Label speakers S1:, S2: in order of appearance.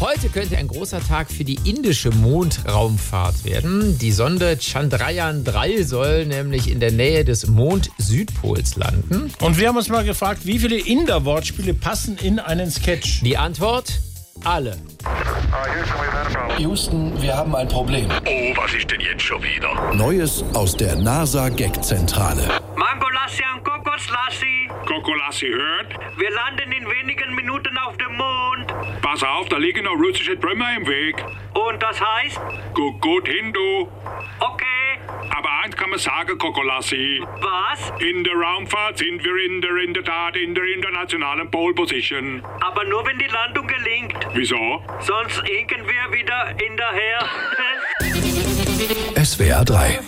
S1: Heute könnte ein großer Tag für die indische Mondraumfahrt werden. Die Sonde Chandrayaan 3 soll nämlich in der Nähe des Mond-Südpols landen.
S2: Und wir haben uns mal gefragt, wie viele Inder-Wortspiele passen in einen Sketch?
S1: Die Antwort? Alle.
S3: Houston, wir haben ein Problem.
S4: Oh, was ist denn jetzt schon wieder?
S3: Neues aus der NASA-Gag-Zentrale.
S5: Mango Lassi und Kokos Lassi.
S4: Kokolassi hört,
S5: Wir landen in wenigen Minuten auf dem Mond.
S4: pass auf, da liegen noch russische Trümmer im Weg.
S5: Und das heißt,
S4: Guck gut hin, du.
S5: okay,
S4: Aber eins kann man sagen, Kokolassi.
S5: was?
S4: In der Raumfahrt sind wir in der, in der Tat in der internationalen Pole Position.
S5: Aber nur wenn die Landung gelingt.
S4: Wieso?
S5: Sonst hinken wir wieder hinterher.
S3: SWR 3.